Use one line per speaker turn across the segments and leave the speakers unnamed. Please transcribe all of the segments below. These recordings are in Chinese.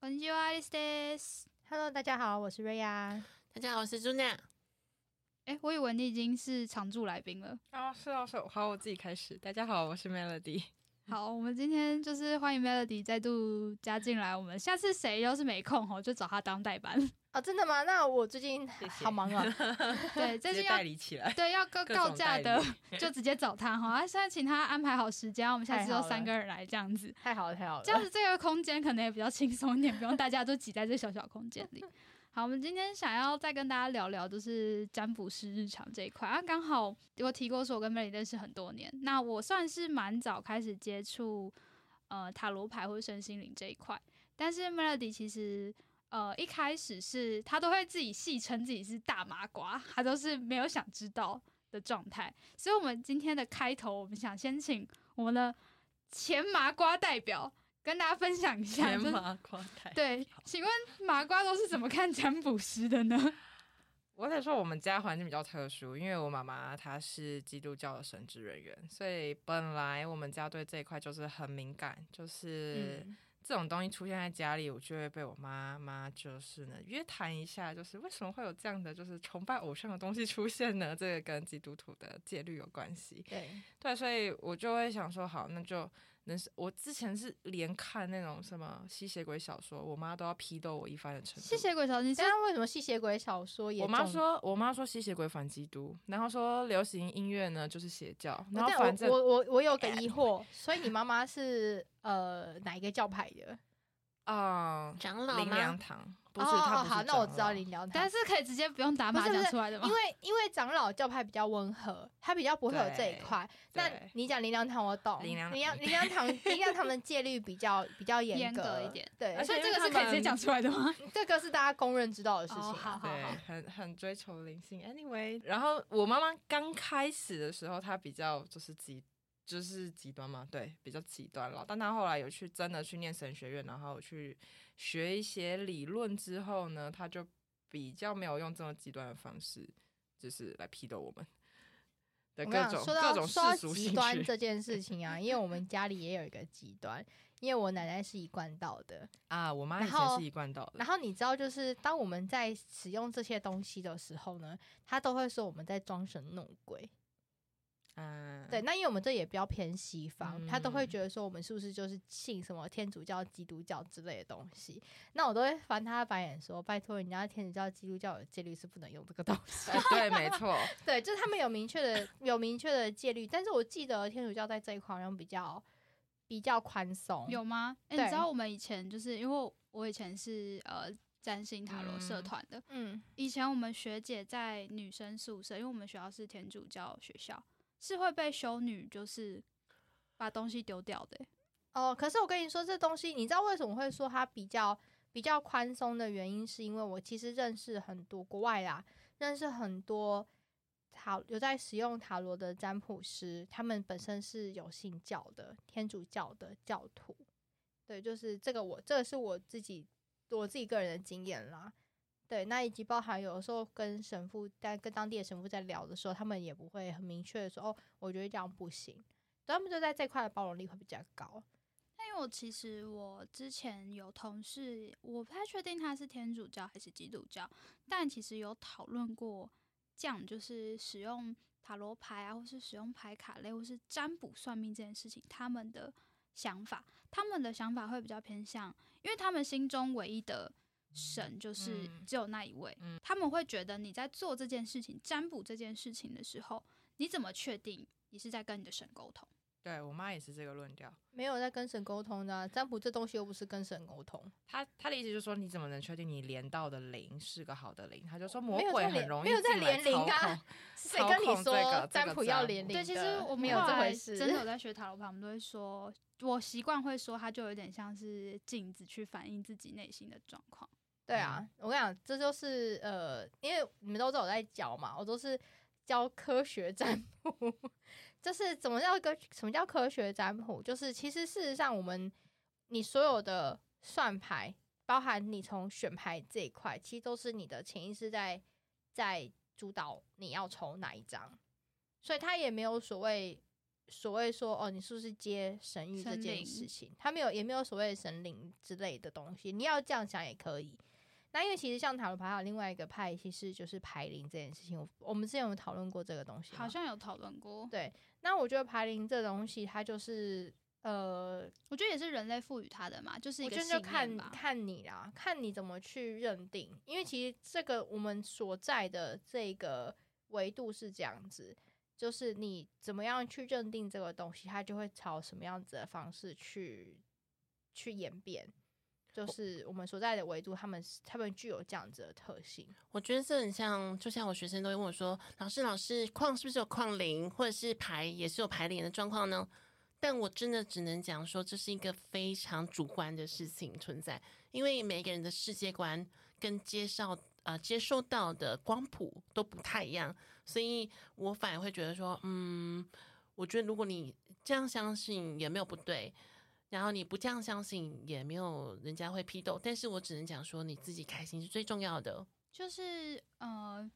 こんにちは、アリスです。
Hello，大家好，我是瑞亚。
大家好，我是朱娜。
哎，我以为你已经是常驻来宾了。
哦，是哦，是哦好，我自己开始。大家好，我是 Melody。
好，我们今天就是欢迎 Melody 再度加进来。我们下次谁要是没空吼，就找他当代 班。
哦，真的吗？那我最近
谢谢
好忙啊。
对，最
直接
近要
代理起 来，
对要告
各
告
种
假
代理
的，就直接找他哈。啊，现在请他安排好时间，我们下次
太
就
好了
三个人来这样子。
太好了，太好了。
这样子这个空间可能也比较轻松一点，不用大家都挤在这小小空间里。好，我们今天想要再跟大家聊聊，就是占卜师日常这一块啊。刚好我提过说，我跟 Mary 认识很多年，那我算是蛮早开始接触呃塔罗牌或者身心灵这一块，但是 Melody 其实。呃，一开始是她都会自己戏称自己是大麻瓜，她都是没有想知道的状态。所以，我们今天的开头，我们想先请我们的前麻瓜代表跟大家分享一下，
天
就是
麻瓜台。
对，请问麻瓜都是怎么看占卜师的呢？
我得说，我们家环境比较特殊，因为我妈妈她是基督教的神职人员，所以本来我们家对这一块就是很敏感，就是。
嗯
这种东西出现在家里，我就会被我妈妈就是呢约谈一下，就是为什么会有这样的就是崇拜偶像的东西出现呢？这个跟基督徒的戒律有关系。
对，
对，所以我就会想说，好，那就能是我之前是连看那种什么吸血鬼小说，我妈都要批斗我一番的程度。
吸血鬼小姐，你
这
是
样为什么吸血鬼小说也
我妈
中
说，我妈说吸血鬼反基督，然后说流行音乐呢就是邪教，然后
但
反正
哦我我我我 有个疑惑，所以你妈妈是呃哪一个教派的？
嗯，
长老
林良
吗？
堂不是，
哦
她
哦
不是
好，那我
长
知道
老
你聊 他，
但是可以直接不用打麻
不是
将
不是
出来的吗
因？为因为长老教派比较温和，他比较不会有这一块。
对
那
对
你讲林良堂，我懂。
林良
林良林良堂林良堂的 戒律比较比较严
严格一点，
对
而，且
所以这个是
因为
可以
他
直接
们
讲出来的 吗？
这个是大家公认知道的事情
哦，
啊。
好好
对
好，，
很很追求灵性。Anyway，然后我妈妈刚开始的时候，她比较就是极就是极端嘛，对，比较极端了。但她后来有去真的去念神学院，然后去学一些理论之后呢，她就比较没有用这么极端的方式，就是来批斗我 们的
我
呃各
跟你讲
种
说到
各种世
说到
俗
极
兴
端
趣
这件事情啊，因为我们家里也有一个极端，因为我奶奶是一贯道的。
啊。我妈以
然后
前是一贯道的
然，后你知道，就是当我们在使用这些东西的时候呢，她都会说我们在装神弄鬼。
嗯，
对，，那因为我们这也比较偏西方，
嗯
她都会觉得说我们是不是就是信什么天主教、基督教之类的东西？那我都会翻她的白眼说，拜托，人家天主教、基督教有戒律是不能用这个东西。
哎对，没错，
对，就是他们有明确的有明确的戒律，但是我记得天主教在这一块好像比较比较宽松。
有吗？哎，你
对
知道我们以前就是因为我以前是呃占星塔罗社团的，
嗯，
以前我们学姐在女生宿舍，因为我们学校是天主教学校，是会被修女就是把东西丢掉的欸、
哦，可是我跟你说，这东西你知道为什么会说它比较比较宽松的原因，是因为我其实认识很多国外啦，认识很多塔有在使用塔罗的占卜师，他们本身是有信教的天主教的教徒。对，就是这个我这个是我自己我自己个人的经验啦。对，那以及包含有的时候跟神父在跟当地的神父在聊的时候，他们也不会很明确的说哦，我觉得这样不行，对他们就在这块的包容力会比较高。
但因为我其实我之前有同事，我不太确定他是天主教还是基督教，但其实有讨论过这样，就是使用塔罗牌啊，或是使用牌卡类，或是占卜算命这件事情，他们的想法，他们的想法会比较偏向，因为他们心中唯一的。神就是
嗯
只有那一位，
嗯
他们会觉得你在做这件事情、占卜这件事情的时候，你怎么确定你是在跟你的神沟通？
对我妈也是这个论调。
没有在跟神沟通的啊、占卜这东西又不是跟神沟通，
他他的意思就是说，你怎么能确定你连到的灵是个好的灵？他就说魔
没有
鬼
在
很
连，
容易
没有在
进来
连灵
操
啊
控，
谁跟你
操控这
说
个
占卜要连灵
对，
的？
其实我们
没
有
有这
在
回事，
真的有在学塔罗牌，我们都会说，我习惯会说，它就有点像是镜子去反映自己内心的状况。
对
嗯
啊，我跟你讲，这就是呃，因为你们都知道我在教嘛，我都是教科学占卜， 就是怎么叫科，什么叫科学占卜？就是其实事实上，我们你所有的算牌，包含你从选牌这一块，其实都是你的潜意识在在主导你要抽哪一张，所以它也没有所谓所谓说哦，你是不是接神谕这
神
件
灵
事情？他没有，也没有所谓的神灵之类的东西。你要这样想也可以。那因为其实像塔罗牌还有另外一个派系是就是牌灵这件事情，我我们之前有讨论过这个东西吗，
好像有讨论过。
对那我觉得牌灵这东西，它就是呃，
我觉得也是人类赋予它的嘛，就是一
我
个
觉得就
信念
看
吧。
看你啦，看你怎么去认定。因为其实这个我们所在的这个维度是这样子，就是你怎么样去认定这个东西，它就会朝什么样子的方式去去演变。就是我们所在的维度，他们是他们具有这样子的特性。
我觉得这很像，就像我学生都会问我说：“老师，老师，矿是不是有矿灵，或者是牌也是有牌灵的状况呢？”但我真的只能讲说，这是一个非常主观的事情存在，因为每个人的世界观跟接受呃接受到的光谱都不太一样，所以我反而会觉得说，嗯，我觉得如果你这样相信也没有不对，然后你不这样相信也没有人家会批斗，但是我只能讲说，你自己开心是最重要的。
就是呃，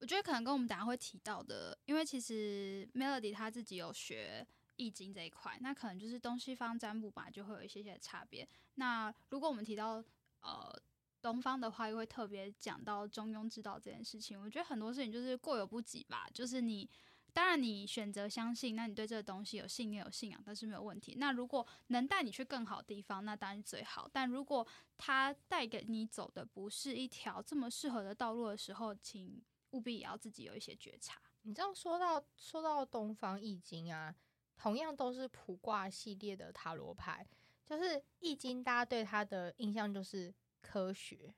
我觉得可能跟我们等一下会提到的，因为其实 Melody 她自己有学易经这一块，那可能就是东西方占卜吧，就会有一些些差别。那如果我们提到呃东方的话，又会特别讲到中庸之道这件事情。我觉得很多事情就是过犹不及吧，就是你。当然，你选择相信，那你对这个东西有信念、有信仰，但是没有问题。那如果能带你去更好的地方，那当然最好。但如果它带给你走的不是一条这么适合的道路的时候，请务必也要自己有一些觉察。
你知道，说到说到东方易经啊，同样都是卜卦系列的塔罗牌，就是易经，大家对它的印象就是科学，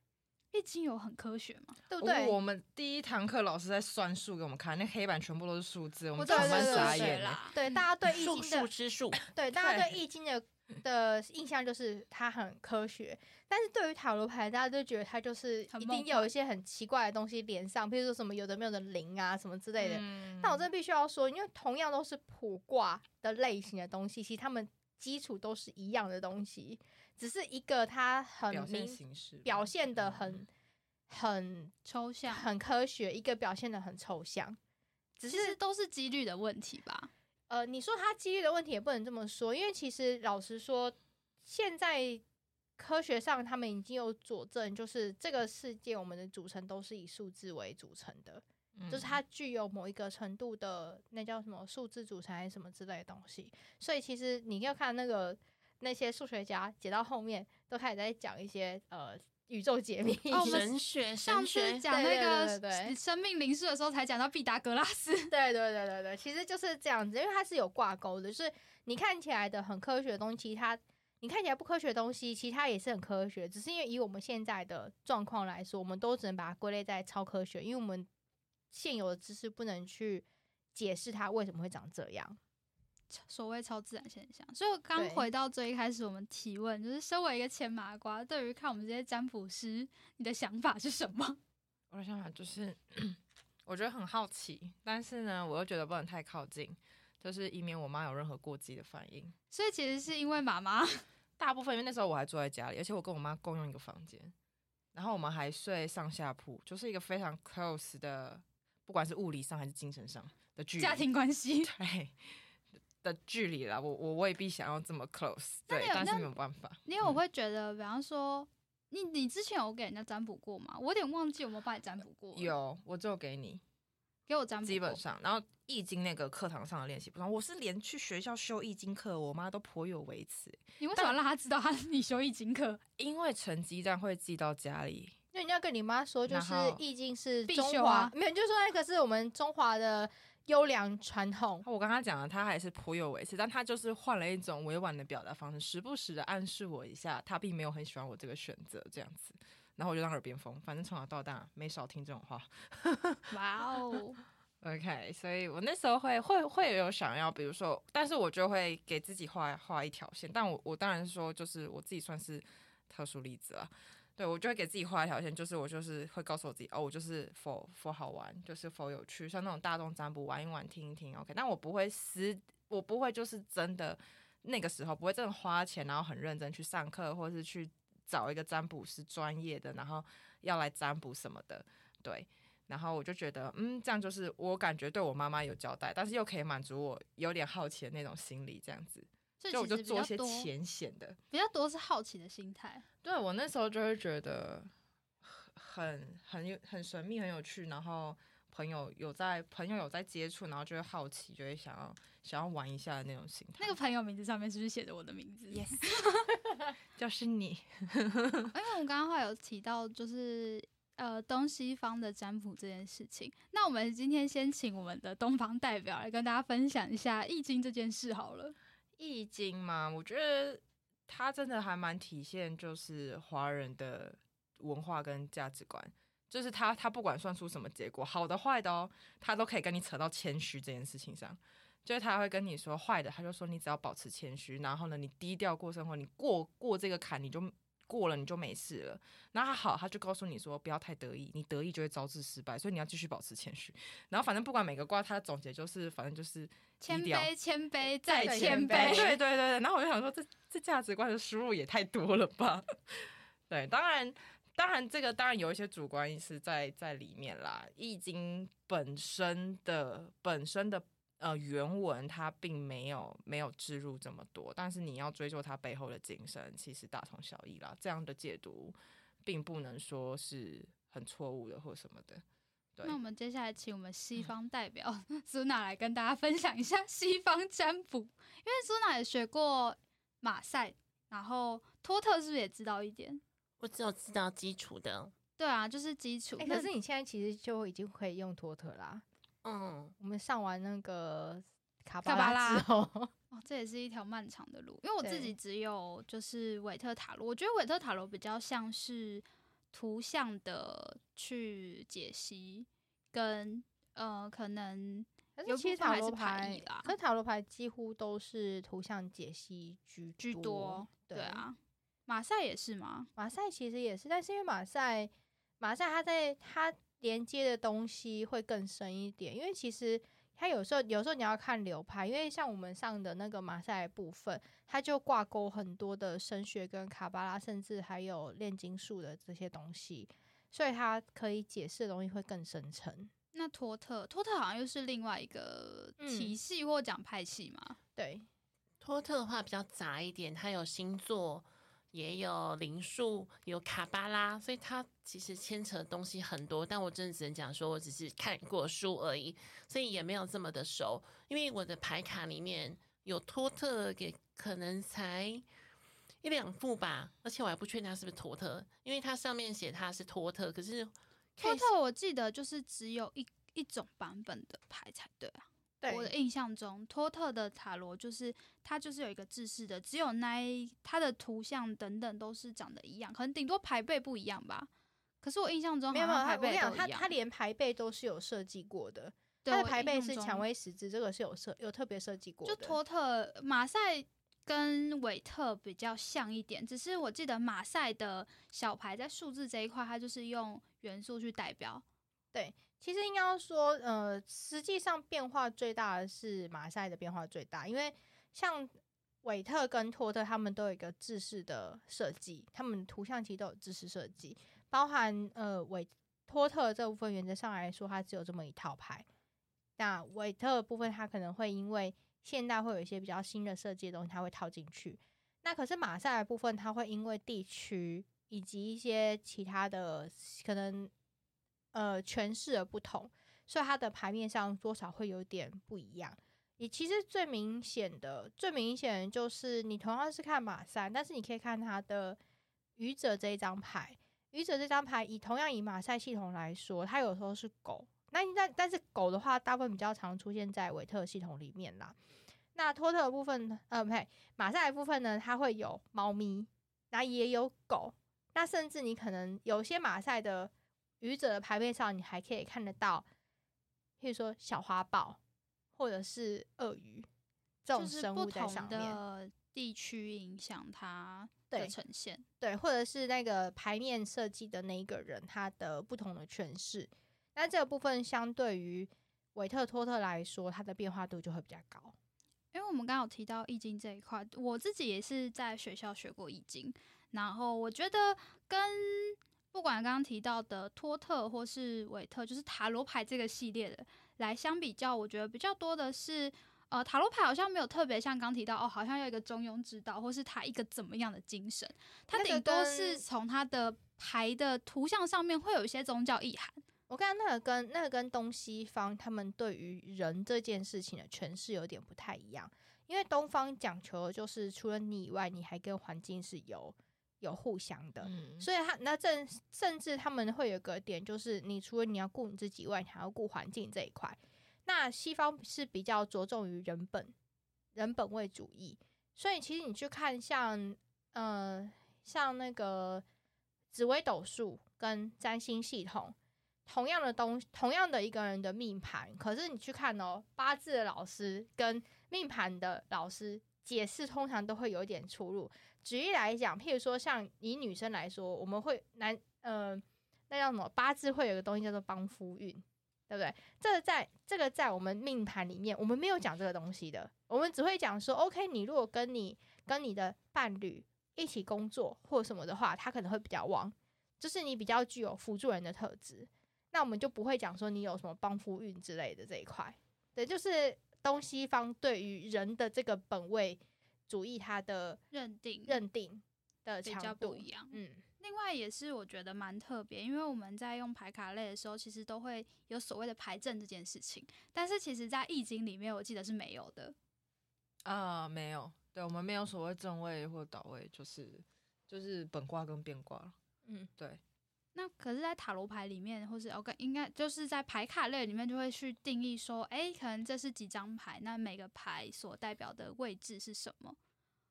易经有很科学吗？
对不对？
我我们第一堂课老师在算数给我们看，那黑板全部都是数字，我们
知道
全
懂
班
是
傻
数学
眼欸。
啦，
对
嗯
大家 对易
数
经
数
的
之数，
哦
对大家对
对
易经的的印象就是它很科学，但是对于塔罗牌，大家就觉得它就是
很
一
梦
定有一些很奇怪的东西连上，譬如说什么有的没有的零啊什么之类的。
嗯
但我真的必须要说，因为同样都是卜卦的类型的东西，其实它们基础都是一样的东西，只是一个它很
表现
明
形式吧，
表现的
嗯
很很
抽象，
很科学，一个表现的很抽象。只
其实
是
都是几率的问题吧。
呃，你说它几率的问题也不能这么说，因为其实老实说，现在科学上他们已经有佐证，就是这个世界我们的组成都是以数字为组成的。
嗯
嗯
就是它具有某一个程度的那叫什么数字组成还是什么之类的东西。所以其实你要看那个那些数学家解到后面都开始在讲一些呃宇宙解密。
哦我 们
神学
上
神
次
学，
讲
对
那
对对对
个
对
生命灵数的时候，才讲到毕达哥拉斯。
对对对对对，其实就是这样子，因为它是有挂钩的，就是你看起来的很科学的东西，其实它你看起来不科学的东西，其实它也是很科学，只是因为以我们现在的状况来说，我们都只能把它归类在超科学，因为我们现有的知识不能去解释它为什么会长这样。
所谓超自然现象。所以我刚
对
回到最一开始我们提问，就是身为一个前麻瓜，对于看我们这些占卜师，你的想法是什么？
我的想法就是，我觉得很好奇，但是呢，我又觉得不能太靠近，就是以免我妈有任何过激的反应。
所以其实是因为妈妈，
大部分因为那时候我还住在家里，而且我跟我妈共用一个房间，然后我们还睡上下铺，就是一个非常 close 的，不管是物理上还是精神上的距离，
家庭关 系。
对的距离啦。我我未必想要这么 close，
那
对
你有，
但是
那
没有办法。
因为我
嗯
会觉得，比方说，你你之前有给人家占卜过吗？我有点忘记有没有帮你占卜过。，
有，我就给你。
给我占卜过。
基本上，然后易经那个课堂上的练习不算，我是连去学校修易经课，我妈都颇有微词，
你为什么让他知道他你修易经课？
因为成绩单会寄到家里，
那你要跟你妈说，就
然
是
后
易经是
必
中
修
华，
啊
没有，你就说那个是我们中华的优良传统。
我跟她讲了，她还是颇有微词，但她就是换了一种委婉的表达方式，时不时的暗示我一下，她并没有很喜欢我这个选择这样子，然后我就当耳边风，反正从小到大没少听这种话。
哇 哦！
OK，所以我那时候会会会有想要，比如说，但是我就会给自己画画一条线。但我我当然是说，就是我自己算是特殊例子了。对，我就会给自己画一条线，就是我就是会告诉我自己，哦，我就是否否好玩，就是否有趣，像那种大众占卜玩一玩听一听，OK。但我不会私，我不会就是真的那个时候不会真的花钱，然后很认真去上课，或是去找一个占卜师专业的，然后要来占卜什么的，对。然后我就觉得，嗯，这样就是我感觉对我妈妈有交代，但是又可以满足我有点好奇的那种心理，这样子，
这
就我
其
就
实比
做一
较
些
多，
浅显的。
比较多是好奇的心态。
对我那时候就会觉得很很有很神秘，很有趣，然后朋友有在朋友有在接触，然后就会好奇，就会想要想要玩一下的那种心态。
那个朋友名字上面是不是写着我的名字
Yes
就是你，
因为我们刚刚话有提到，就是呃东西方的占卜这件事情。那我们今天先请我们的东方代表来跟大家分享一下《易经》这件事好了。
易经嘛，我觉得它真的还蛮体现就是华人的文化跟价值观，就是他他不管算出什么结果，好的坏的哦，他都可以跟你扯到谦虚这件事情上。就是他会跟你说坏的，他就说你只要保持谦虚，然后呢，你低调过生活，你过过这个坎你就过了，你就没事了。然后他好，他就告诉你说不要太得意，你得意就会招致失败，所以你要继续保持谦虚。然后反正不管每个卦，他的总结就是反正就是低
谦
调
卑，谦卑，再谦
再谦卑
卑。
对对对对，然后我就想说，这这价值观的输入也太多了吧？对，当然，当然这个当然有一些主观意识在在里面啦。易经本身的本身的呃原文，它并没有没有置入这么多，但是你要追究它背后的精神，其实大同小异啦。这样的解读，并不能说是很错误的或什么的。对
那我们接下来请我们西方代表 苏娜来跟大家分享一下西方占卜，因为苏娜也学过马赛，然后托特是不是也知道一点？
我只有知道基础的，
对啊，就是基础。
哎、
那
可是你现在其实就已经可以用托特啦。
嗯，
我们上完那个卡
卡
巴
巴
拉之 后，
哦，这也是一条漫长的路，因为我自
对
己只有就是韦特塔罗，我觉得韦特塔罗比较像是图像的去解析，跟呃可能
可
有
是
部
其实
分
塔
还
罗
是牌意
牌
啦，
可是塔罗牌几乎都是图像解析居
居
多。
多。对，啊，马赛也是吗？
马赛其实也是，但是因为马赛，马赛它在它连接的东西会更深一点，因为其实。它有时候，有时候你要看流派，因为像我们上的那个马赛的部分，它就挂钩很多的神学跟卡巴拉，甚至还有炼金术的这些东西，所以它可以解释的东西会更深层。
那托特，托特好像又是另外一个
嗯
体系或讲派系嘛。
对，
托特的话比较杂一点，它有星座，也有灵数，有卡巴拉，所以它其实牵扯的东西很多。但我真的只能讲说，我只是看过书而已，所以也没有这么的熟。因为我的牌卡里面有托特的，给可能才一两副吧，而且我还不确定它是不是托特，因为它上面写它是托特，可是
托
看
特我记得就是只有一一种版本的牌才对啊。
对
我的印象中，托特的塔罗就是它就是有一个制式的，只有那一它的图像等等都是长得一样，可能顶多排辈不一样吧。可是我印象中
没有
好
没有，
像
他
排
我
辈
跟你讲，
都
他
一样
他连牌背都是有设计过的，
对
他
我
的牌背
印
是
象中
蔷薇十字，这个是有设有特别设计过
就
的。
托特马赛跟韦特比较像一点，只是我记得马赛的小牌在数字这一块，它就是用元素去代表。
其实应该要说，呃，实际上变化最大的是马赛的变化最大，因为像韦特跟托特他们都有一个制式的设计，他们图像其实都有制式设计，包含呃韦托特这部分原则上来说，它只有这么一套牌。那韦特的部分，它可能会因为现代会有一些比较新的设计的东西，它会套进去。那可是马赛的部分，它会因为地区以及一些其他的可能呃诠释的不同，所以它的牌面上多少会有点不一样。你其实最明显的、最明显的就是你同样是看马赛，但是你可以看它的愚者这一张牌。愚者这张牌以同样以马赛系统来说，它有时候是狗。那但但是狗的话，大部分比较常出现在韦特系统里面啦。那托特的部分呢，呃，不对，马赛的部分呢，它会有猫咪，那也有狗。那甚至你可能有些马赛的愚者的牌面上，你还可以看得到，譬如说小花豹或者是鳄鱼这
就
种
是
生
不
物在
同
上面。
的地区影响它的
对
呈现。
对，或者是那个牌面设计的那一个人他的不同的诠释。那这个部分相对于维特托特来说，它的变化度就会比较高。
因为我们刚刚有提到易经这一块，我自己也是在学校学过易经，然后我觉得跟不管刚刚提到的托特或是韦特，就是塔罗牌这个系列的来相比较，我觉得比较多的是，呃，塔罗牌好像没有特别像刚提到哦，好像有一个中庸之道，或是它一个怎么样的精神，它
那个
顶多
跟
是从它的牌的图像上面会有一些宗教意涵。
我看那个跟那个跟东西方他们对于人这件事情的诠释有点不太一样，因为东方讲求的就是除了你以外，你还跟环境是有有互相的，
嗯，
所以他那甚甚至他们会有个点，就是你除了你要顾你自己以外，你还要顾环境这一块。那西方是比较着重于人本人本位主义，所以其实你去看像呃像那个紫微斗数跟占星系统，同样的东同样的一个人的命盘，可是你去看哦，八字的老师跟命盘的老师解释通常都会有一点出入，举例来讲，譬如说像以女生来说，我们会男呃，那叫什么八字会有一个东西叫做帮夫运，对不对？这个在这个在我们命盘里面，我们没有讲这个东西的，我们只会讲说，OK，你如果跟你跟你的伴侣一起工作或什么的话，他可能会比较旺，就是你比较具有辅助人的特质，那我们就不会讲说你有什么帮夫运之类的这一块。对，就是东西方对于人的这个本位主义，它的。
认定
认定的
比
强
较
度
不一样
嗯，
另外也是我觉得蛮特别，因为我们在用牌卡类的时候，其实都会有所谓的牌阵这件事情，但是其实在易经里面，我记得是没有的。
啊、没有，对我们没有所谓正位或倒位，就是就是本卦跟变卦了。
嗯，
对，
那可是，在塔罗牌里面，或是 OK，应该就是在牌卡类里面就会去定义说，诶，可能这是几张牌，那每个牌所代表的位置是什么，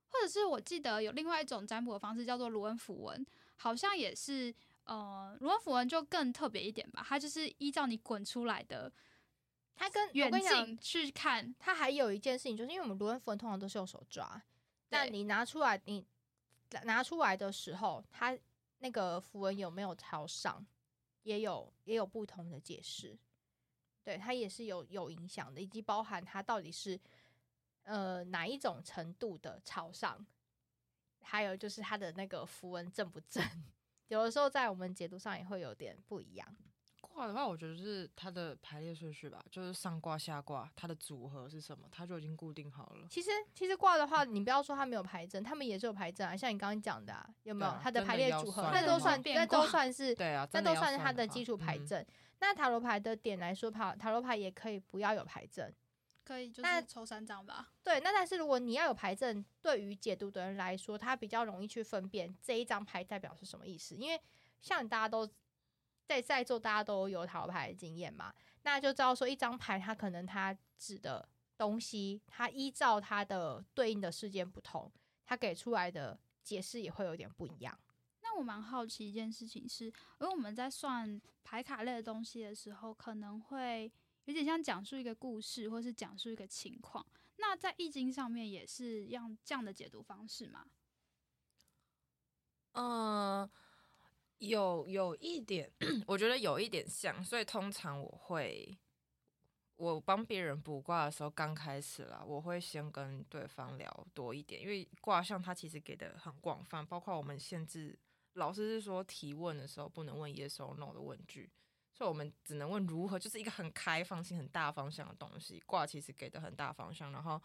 或者是我记得有另外一种占卜的方式叫做卢恩符文，好像也是呃，卢恩符文就更特别一点吧，它就是依照你滚出来的
它跟我
远
跟你讲，
近去看，
它还有一件事情，就是因为我们卢恩符文通常都是用手抓，那
对
你拿出来，你拿拿出来的时候，它那个符文有没有朝上，也有也有不同的解释，对，它也是有有影响的，以及包含它到底是呃哪一种程度的朝上，还有就是它的那个符文正不正， 有的时候在我们解读上也会有点不一样。
卦的话，我觉得是它的排列顺序吧，就是上卦下卦，它的组合是什么，它就已经固定好了。
其实其实挂的话，你不要说他没有排阵，他们也是有排阵啊，像你刚刚讲的、啊，有没有
对啊
他的排列组合，
真
的
那
要算
都算
变
那都
卦
算是
对啊，
那
真的
都
要
算
算
是他
的
的
话
基础排。
嗯
阵。那塔罗牌的点来说，塔塔罗牌也可以不要有牌阵。
可以就
那
是抽三张吧。
对，那但是如果你要有牌阵，对于解读的人来说，他比较容易去分辨这一张牌代表是什么意思，因为像大家都在在座，大家都有塔罗牌的经验嘛，那就知道说一张牌它可能它指的东西，它依照它的对应的事件不同，它给出来的解释也会有点不一样。
那我蛮好奇一件事情是，因为我们在算牌卡类的东西的时候，可能会有点像讲述一个故事，或是讲述一个情况。那在易经上面也是让这样的解读方式嘛？
嗯，有有一点， 我觉得有一点像，所以通常我会，我帮别人卜卦的时候，刚开始啦，我会先跟对方聊多一点，因为卦象它其实给的很广泛，包括我们限制，老师是说提问的时候不能问 yes or no 的问句。所以我们只能问如何，就是一个很开放性、很大方向的东西。卦其实给的很大方向，然后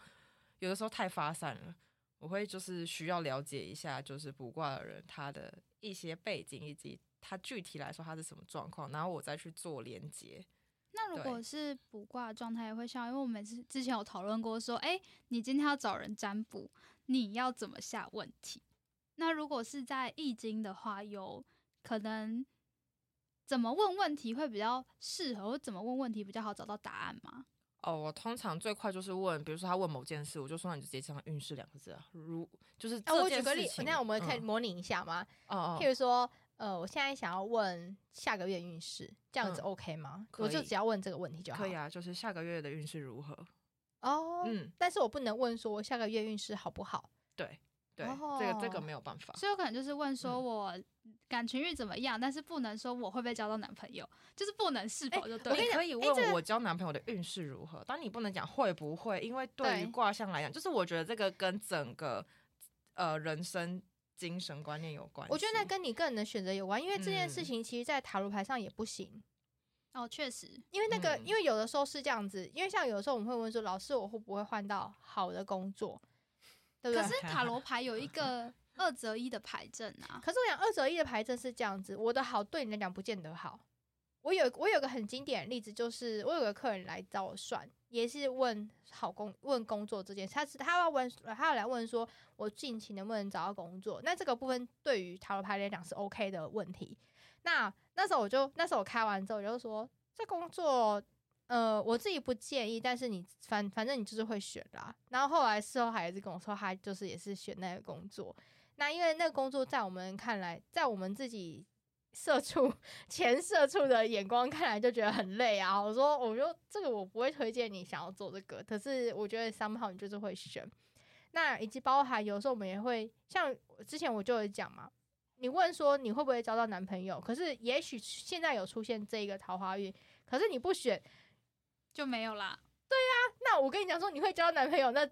有的时候太发散了，我会就是需要了解一下，就是卜卦的人他的一些背景以及他具体来说他是什么状况，然后我再去做连接。
那如
对
果是卜卦的状态，会像，因为我们之之前有讨论过说，诶，你今天要找人占卜，你要怎么下问题？那如果是在易经的话，有可能怎么问问题会比较适合，或怎么问问题比较好找到答案吗？
哦，我通常最快就是问，比如说他问某件事，我就说那你就直接讲运势两个字啊，如就是
那、我
这
举
件
个
事
例，
情。
那我们可以
嗯
模拟一下吗？
哦哦，
譬如说，呃，我现在想要问下个月运势，这样子
嗯
OK 吗？
可
我就
以
只要问这个问题就好。
可以啊，就是下个月的运势如何？
哦，
嗯，
但是我不能问说我下个月运势好不好。
对对，这个这个
哦
没有办法。
所以我可能就是问
嗯
说我感情运怎么样，但是不能说我会不会交到男朋友，就是不能是否就对
我
了。
你可以
这
问
个
我交男朋友的运势如何，但你不能讲会不会，因为对于
对
卦象来讲，就是我觉得这个跟整个呃人生精神观念有关系。
我觉得那跟你个人的选择有关，因为这件事
嗯
情其实，在塔罗牌上也不行。
哦，确实，
因为那个，
嗯
因为有的时候是这样子，因为像有的时候我们会问说，老师我会不会换到好的工作，
可
对不
啊
对？
是塔罗牌有一个二择一的牌阵啊，
可是我想二择一的牌阵是这样子，我的好对你来讲不见得好。我有我有个很经典的例子，就是我有个客人来找我算，也是问好工问工作这件事，他是他要问他要来问说我近期能不能找到工作，那这个部分对于塔罗牌来讲是 OK 的问题。那那时候我就那时候我开完之后，我就说这工作。呃，我自己不建议，但是你反反正你就是会选啦。然后后来事后还是跟我说，他就是也是选那个工作，那因为那个工作在我们看来，在我们自己社畜前社畜的眼光看来，就觉得很累啊。我说，我说这个我不会推荐你想要做这个，可是我觉得 somehow 你就是会选。那以及包含有时候我们也会像之前我就有讲嘛，你问说你会不会交到男朋友，可是也许现在有出现这一个桃花运，可是你不选，
就没有啦。
那我跟你讲说你会交到男朋友，那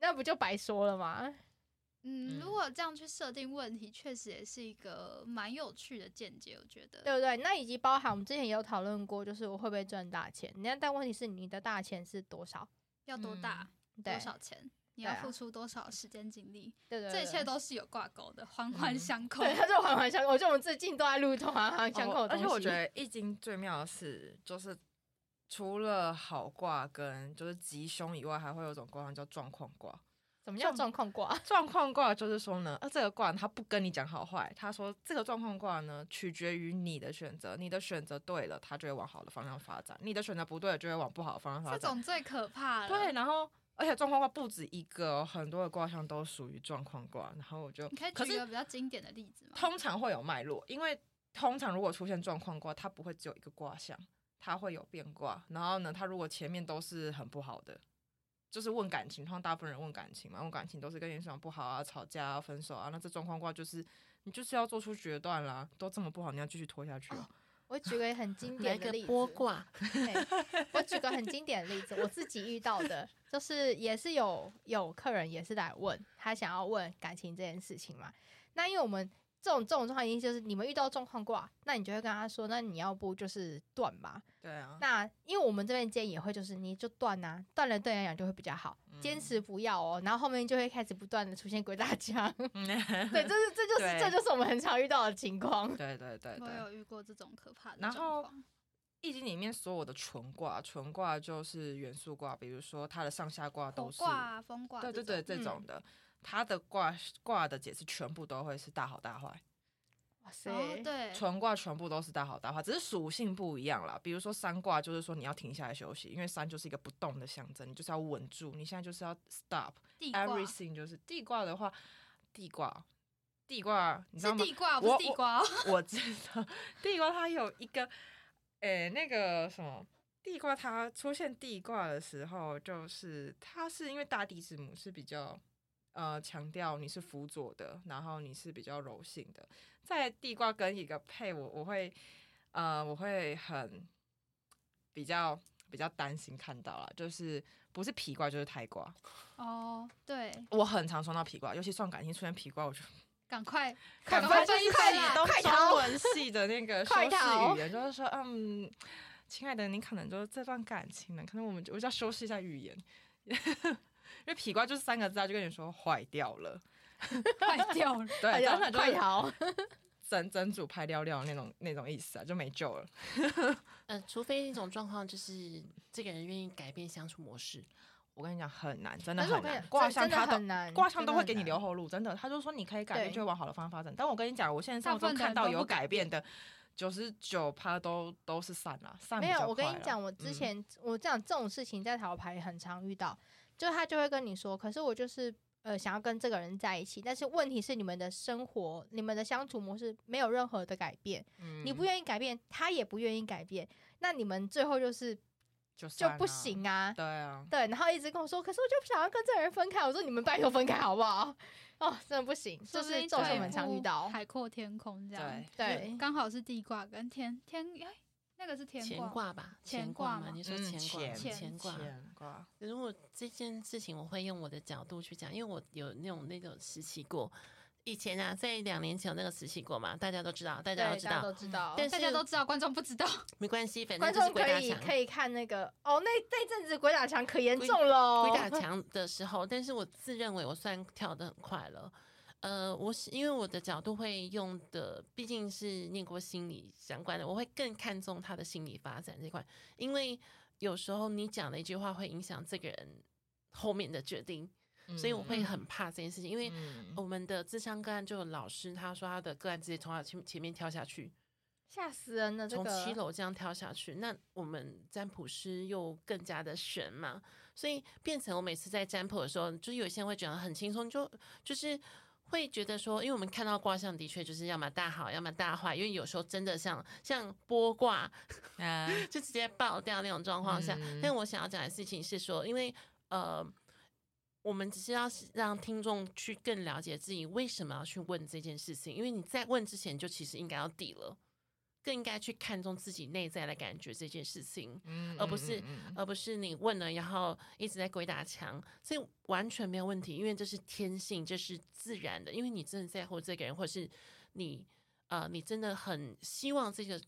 那不就白说了吗？
嗯，
嗯
如果这样去设定问题，确实也是一个蛮有趣的见解，我觉得。
对不对？那以及包含我们之前也有讨论过，就是我会不会赚大钱？那但问题是你的大钱是多少？
要多大、
对
多少钱，你要
对啊
付出多少时间精力，
对对对
这一切都是有挂钩的，环环
嗯
相扣。
对，它就环环相扣。我觉得我们最近都在录同环环相扣
哦
的东
而
西。
且我觉得易经最妙的是，就是除了好卦跟就是吉凶以外，还会有一种卦叫状况卦。
怎么叫状况啊卦？
状况卦就是说呢，啊，这个卦他不跟你讲好坏，他说这个状况卦呢，取决于你的选择，你的选择对了，它就会往好的方向发展；你的选择不对了，就会往不好的方向发
这
展。
种最可怕了。
对，，然后而且状况卦不止一个、哦，很多的卦象都属于状况卦。然后我就
你可以
可
举一
是
个比较经典的例子吗？
通常会有脉络，因为通常如果出现状况卦，它不会只有一个卦象，它会有变卦。然后呢，它如果前面都是很不好的，就是问感情，通常大部分人问感情嘛，问感情都是跟原生不好啊、吵架啊、分手啊。那这状况卦就是你就是要做出决断啦，都这么不好，你要继续拖下去哦、
我举个很经典
来个
的例子，
波卦，
对我举个很经典的例子，我自己遇到的，就是也是有有客人也是来问，他想要问感情这件事情嘛。那因为我们这种这种状况，一定就是你们遇到状况卦，那你就会跟他说，那你要不就是断吧。
对啊，
那因为我们这边建议也会就是你就断啊，断了对你来讲就会比较好，
嗯
坚持不要哦，然后后面就会开始不断的出现鬼打 墙，对，这是这就是
对
这就是我们很常遇到的情况。
对对对
我
对。
有遇过这种可怕的
然
状
后
况。
易经里面所有的纯卦，纯卦就是元素卦，比如说它的上下卦
火
都是
卦啊、风卦，
对对对，，这
嗯
种的，它的卦卦的解释全部都会是大好大坏，
哇塞，
哦对，
纯卦全部都是大好大坏，只是属性不一样啦。比如说三卦，就是说你要停下来休息，因为三就是一个不动的象征，你就是要稳住，你现在就是要 stop
地卦
everything。就是地卦的话，地卦，地卦，你知道
是
吗？
地卦，不是
我
地瓜哦。
我知道地瓜它有一个，诶、那个什么地瓜，它出现地瓜的时候，就是它是因为大地之母是比较呃强调你是辅佐的，然后你是比较柔性的，在地瓜跟一个配我，我会呃我会很比较比较担心看到啦，就是不是皮瓜就是胎瓜，
哦，对，
我很常收到皮瓜，尤其算感情出现皮瓜，我 就
赶快
赶
赶
快
分
就是
开
自己
啦
都
快逃
中文系的那 个修
快逃
饰语言，就是说，嗯，亲爱的，您可能就是这段感情呢，可能我们就我就要修饰一下语言， 因为皮瓜就是三个字啊，就跟你说坏掉了，
快掉了。
对，
快
真
逃
的就
哎快
是
逃！
整整组拍撩撩那种那种意思啊，就没救了。
呃，除非一种状况就是这个人愿意改变相处模式，
我跟你讲很难，真的
但是我
很
跟你
难，
讲
卦
真
象
真
他
的
都
很难，
卦象
真
都
的
会
很
给你
难
留后路，真的，他就说你可以改变，
对
就会往好的方向发展。但我跟你讲，我现在生活
大部
中
分的
看
人
到
都
有
不改
改
变
变的，九十九趴都都是散了，散
没
比
有，
较
我跟
快
你
啦
讲，我之
嗯
前、我这样这种事情在塔罗牌也很常遇到，就他就会跟你说，可是我就是呃想要跟这个人在一起，但是问题是你们的生活、你们的相处模式没有任何的改变，你不
嗯
愿意改变，他也不愿意改变，那你们最后就是就
就散啊
不。行啊。
对啊，
对，然后一直跟我说，可是我就不想要跟这个人分开。我说你们拜托分开好不好？ 哦，真的不行，就
说不
是
定
这种
退
我们常
步
遇到。
海阔天空这样
对。
对，
刚好是地卦跟天天，哎，那个是天
乾
卦，哦
卦吧，
乾
乾
卦
卦嘛，
吗
你说
嗯
乾卦，
乾
乾卦。
牵挂，
如果这件事情，我会用我的角度去讲，因为我有那种那种时期过，以前啊，在两年前有那个瓷器国嘛，大家都知道，大家
对，
都知
大家
道，
都知道。
但
大家
是
都知道，观众不知 道。
没关系，反正
观
就是
众
鬼
可
打
以
墙。
可以看那个哦，那那阵子鬼打墙可严重哦喽，
鬼打墙的时候，但是我自认为我算跳得很快了。呃，我是因为我的角度会用的，毕竟是念过心理相关的，我会更看重他的心理发展这块，因为有时候你讲的一句话会影响这个人后面的决定，所以我会很怕这件事情，因为
嗯
我们的智商个案就有老师他说他的个案直接从他前前面跳下去，
吓死人了，这
从
个
七楼这样跳下去，那我们占卜师又更加的悬嘛，所以变成我每次在占卜的时候，就是有些人会觉得很轻松，就就是会觉得说，因为我们看到卦象的确就是要么大好，要么大坏，因为有时候真的像像剥卦
啊
就直接爆掉那种状况下，
嗯
但我想要讲的事情是说，因为呃。我们只是要是让听众去更了解自己为什么要去问这件事情，因为你在问之前就其实应该要底了，更应该去看重自己内在的感觉这件事情，
嗯
而不是
嗯嗯嗯
而不是你问了然后一直在鬼打墙，所以完全没有问题，因为这是天性，这是自然的，因为你真的在乎这个人，或者是你呃，你真的很希望这个。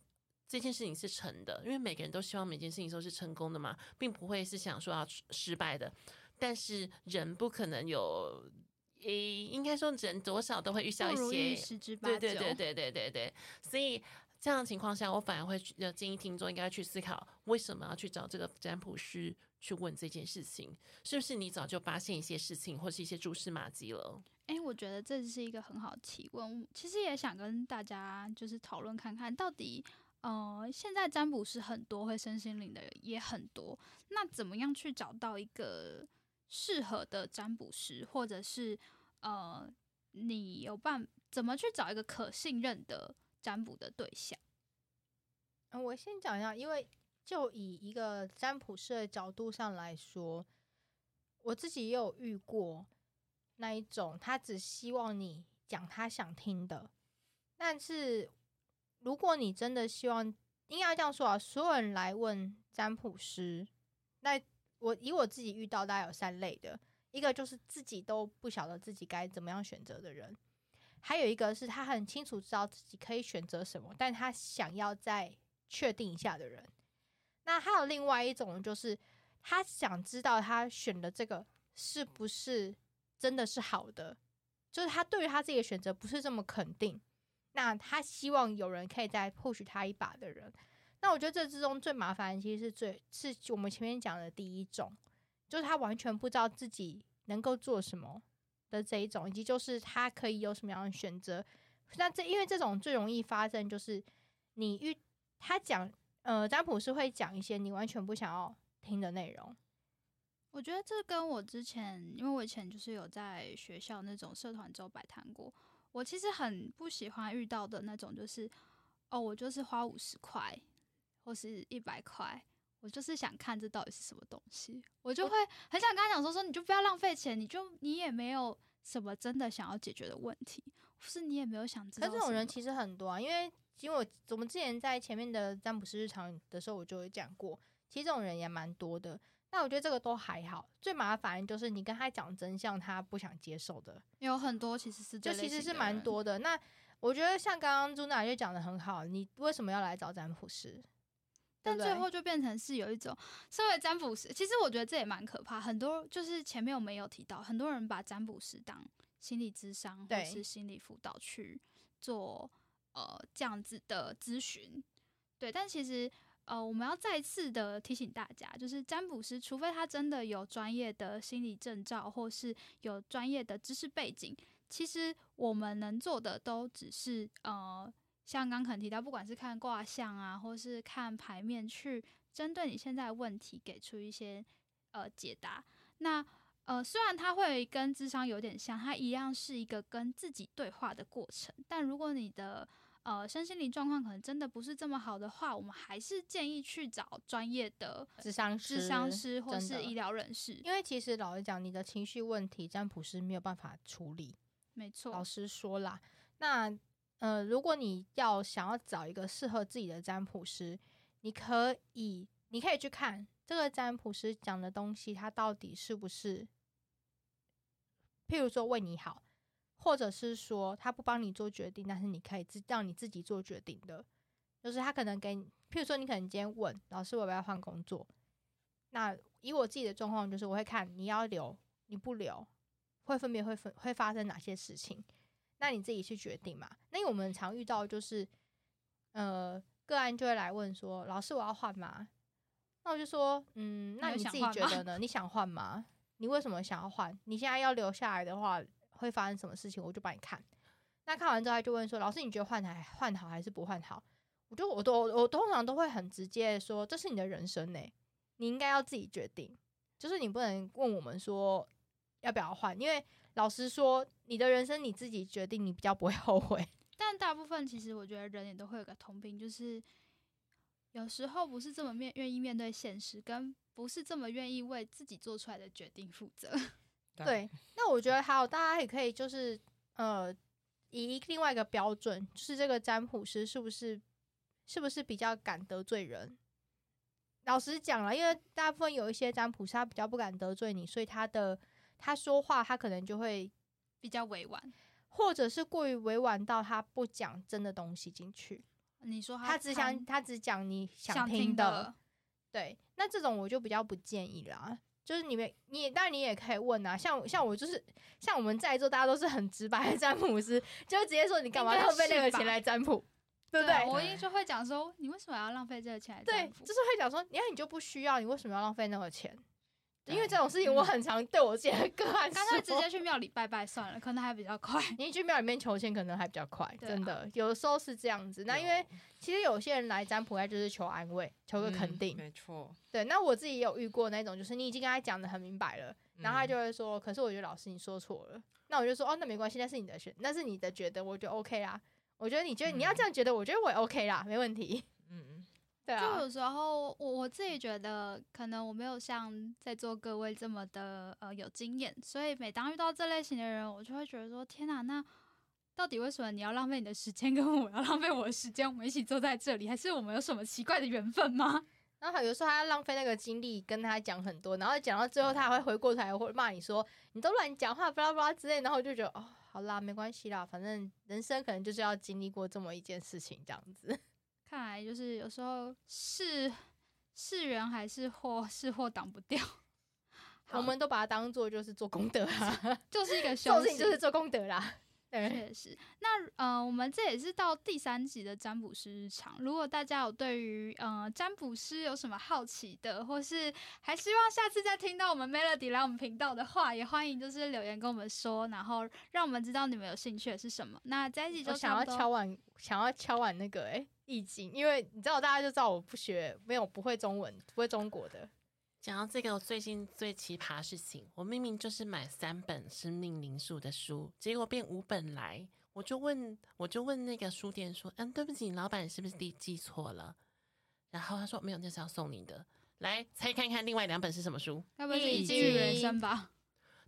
这件事情是成的，因为每个人都希望每件事情都是成功的嘛，并不会是想说要失失败的。但是人不可能有，诶，应该说人多少都会遇到
不
一
如意
些
十之八
对
九。
对对对对对对，所以这样的情况下，我反而会去呃建议听众应该去思考，为什么要去找这个占卜师去问这件事情？是不是你早就发现一些事情或是一些蛛丝马迹了？
哎、我觉得这是一个很好的提问。我其实也想跟大家就是讨论看看，到底呃，现在占卜师很多，会身心灵的也很多，那怎么样去找到一个适合的占卜师，或者是呃，你有办怎么去找一个可信任的占卜的对象？
嗯，我先讲一下，因为就以一个占卜师的角度上来说，我自己也有遇过那一种，他只希望你讲他想听的，但是如果你真的希望，应该这样说啊，所有人来问占卜师，那我以我自己遇到大概有三类的，一个就是自己都不晓得自己该怎么样选择的人，还有一个是他很清楚知道自己可以选择什么，但他想要再确定一下的人。那还有另外一种就是他想知道他选的这个是不是真的是好的，就是他对于他自己的选择不是这么肯定。那他希望有人可以再 push 他一把的人。那我觉得这之中最麻烦的其实是最是我们前面讲的第一种，就是他完全不知道自己能够做什么，的这一种，以及就是他可以有什么样的选择。那这因为这种最容易发生，就是你遇他讲，呃，占卜师会讲一些你完全不想要听的内容。
我觉得这跟我之前，因为我以前就是有在学校那种社团周摆摊过，我其实很不喜欢遇到的那种，就是哦，我就是花五十块或是一百块，我就是想看这到底是什么东西，我就会很想跟他讲说说，你就不要浪费钱，你就你也没有什么真的想要解决的问题，或是你也没有想知
可
道什么。
是这种人其实很多啊，因为因为我我们之前在前面的占卜师日常的时候，我就有讲过，其实这种人也蛮多的。那我觉得这个都还好，最麻烦的就是你跟他讲真相，他不想接受的。
有很多其实是这
就其
类
实
型
是
的
蛮
人
多的。那我觉得像刚刚朱娜就讲的很好，你为什么要来找占卜师？对
但
不
最
对
后就变成是有一种身为占卜师，其实我觉得这也蛮可怕。很多就是前面我们也有提到，很多人把占卜师当心理咨商或
对
是心理辅导去做呃这样子的咨询，对。但其实呃，我们要再次的提醒大家，就是占卜师，除非他真的有专业的心理证照或是有专业的知识背景，其实我们能做的都只是呃，像刚肯提到，不管是看卦象啊，或是看牌面，去针对你现在的问题给出一些呃解答。那呃，虽然它会跟智商有点像，它一样是一个跟自己对话的过程，但如果你的呃，身心灵状况可能真的不是这么好的话，我们还是建议去找专业的
智商师，
智商师或
真
是
的
医疗人士。
因为其实老实讲，你的情绪问题，占卜师没有办法处理。
没
老
错，
实说啦，那呃，如果你要想要找一个适合自己的占卜师，你可以，你可以去看这个占卜师讲的东西，他到底是不是，譬如说为你好，或者是说他不帮你做决定，但是你可以自让你自己做决定的，就是他可能给你，譬如说你可能今天问老师我要不要换工作，那以我自己的状况就是我会看你要留你不留，会分别会分会发生哪些事情，那你自己去决定嘛。那因为我们常遇到就是，呃，个案就会来问说老师我要换吗？那我就说嗯，那
有
你自
想
己
换
觉
吗
得呢？ 你想换吗？你为什么想要换？你现在要留下来的话，会发生什么事情？我就帮你看。那看完之后，他就问说：“老师，你觉得换还换好还是不换好？”我就我都我通常都会很直接的说：“这是你的人生呢、你应该要自己决定。就是你不能问我们说要不要换，因为老实说，你的人生你自己决定，你比较不会后悔。
但大部分其实我觉得人也都会有个通病，就是有时候不是这么面愿意面对现实，跟不是这么愿意为自己做出来的决定负责。
对，那我觉得还有大家也可以就是呃，以另外一个标准，就是这个占卜师是不是是不是比较敢得罪人？老实讲了，因为大部分有一些占卜师他比较不敢得罪你，所以他的他说话他可能就会，
比较委婉。
或者是过于委婉到他不讲真的东西进去，
你说
他只想
啊谈
他只讲你
想
想听的
的，，
对，那这种我就比较不建议啦。就是你们，你也，当然你也可以问啊，像像我就是，像我们在座大家都是很直白的占卜师，就直接说你干嘛
应该
浪费那
是
个
吧
钱来 占卜，对不
啊
对？
我一定就会讲说，你为什么要浪费这个钱来
对
占，卜
就是会讲说，你看你就不需要，你为什么要浪费那个钱？因为
对
这种事情，我很常对我自己的个案说，
干脆嗯直接去庙里拜拜算了，可能还比较快。
你去庙里面求签可能还比较快，
对
真
啊
的，有的时候是这样子。那因为其实有些人来占卜，他就是求安慰，求
有
个
嗯
肯定。
没错。
对，那我自己也有遇过那种，就是你已经跟他讲的很明白了，然后他
嗯
就会说：“可是我觉得老师你说错了。”那我就说：“哦，那没关系，那是你的选，那是你的觉得，我觉得 OK 啦。我觉得你觉得、你要这样觉得，我觉得我也 OK 啦，没问题。
嗯嗯，”
对
就
啊，
有时候我我自己觉得，可能我没有像在座各位这么的呃有经验，所以每当遇到这类型的人，我就会觉得说：天哪，那到底为什么你要浪费你的时间，跟我要浪费我的时间？我们一起坐在这里，还是我们有什么奇怪的缘分吗？
然后有时候他浪费那个精力跟他讲很多，然后讲到最
嗯
后他还会回过头来会骂你说：“你都乱讲话，巴拉巴拉之类。”然后我就觉得哦，好啦，没关系啦，反正人生可能就是要经历过这么一件事情这样子。
看来就是有时候是是人还是货，是货挡不掉， 好
我们都把它当做就是做功德 啊，
就是一个
这种
修
事情
行，
就是做功 德啦。对，
确实，那呃，我们这也是到第三集的占卜师日常。如果大家有对于呃占卜师有什么好奇的，或是还希望下次再听到我们 Melody 来我们频道的话，也欢迎就是留言跟我们说，然后让我们知道你们有兴趣的是什么。那这一集就
我想
差
要
不多
敲碗，想要敲碗那个哎、易经，因为你知道大家就知道我不学，没有不会中文，不会中国的。
讲到这个，我最近最奇葩的事情，我明明就是买三本生命灵数的书，结果变五本来，我就问，我就问那个书店说，嗯，对不起，老板是不是记记错了？然后他说没有，那是要送你的。来猜看看另外两本是什么书？
该不会是《易
易
经与人
经
生》吧？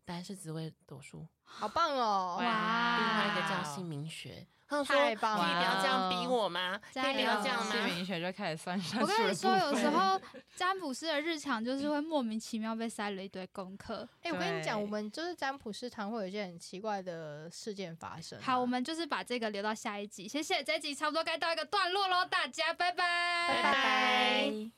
答案是紫薇斗数，
好棒哦！
另外一个叫
哇
姓名学。他说
太棒
可以不要这样
了
逼我吗？可以不要这样
加
姓
油
吗？
名啊学就开始算算
我
数的
跟你说，
部
有时
分
候占卜师的日常就是会莫名其妙被塞了一堆功课。
哎、我跟你讲，
对
我们就是占卜市场会有一些很奇怪的事件发生啊、
好，我们就是把这个留到下一集。谢谢，这一集差不多该到一个段落喽，大家拜拜，
拜拜。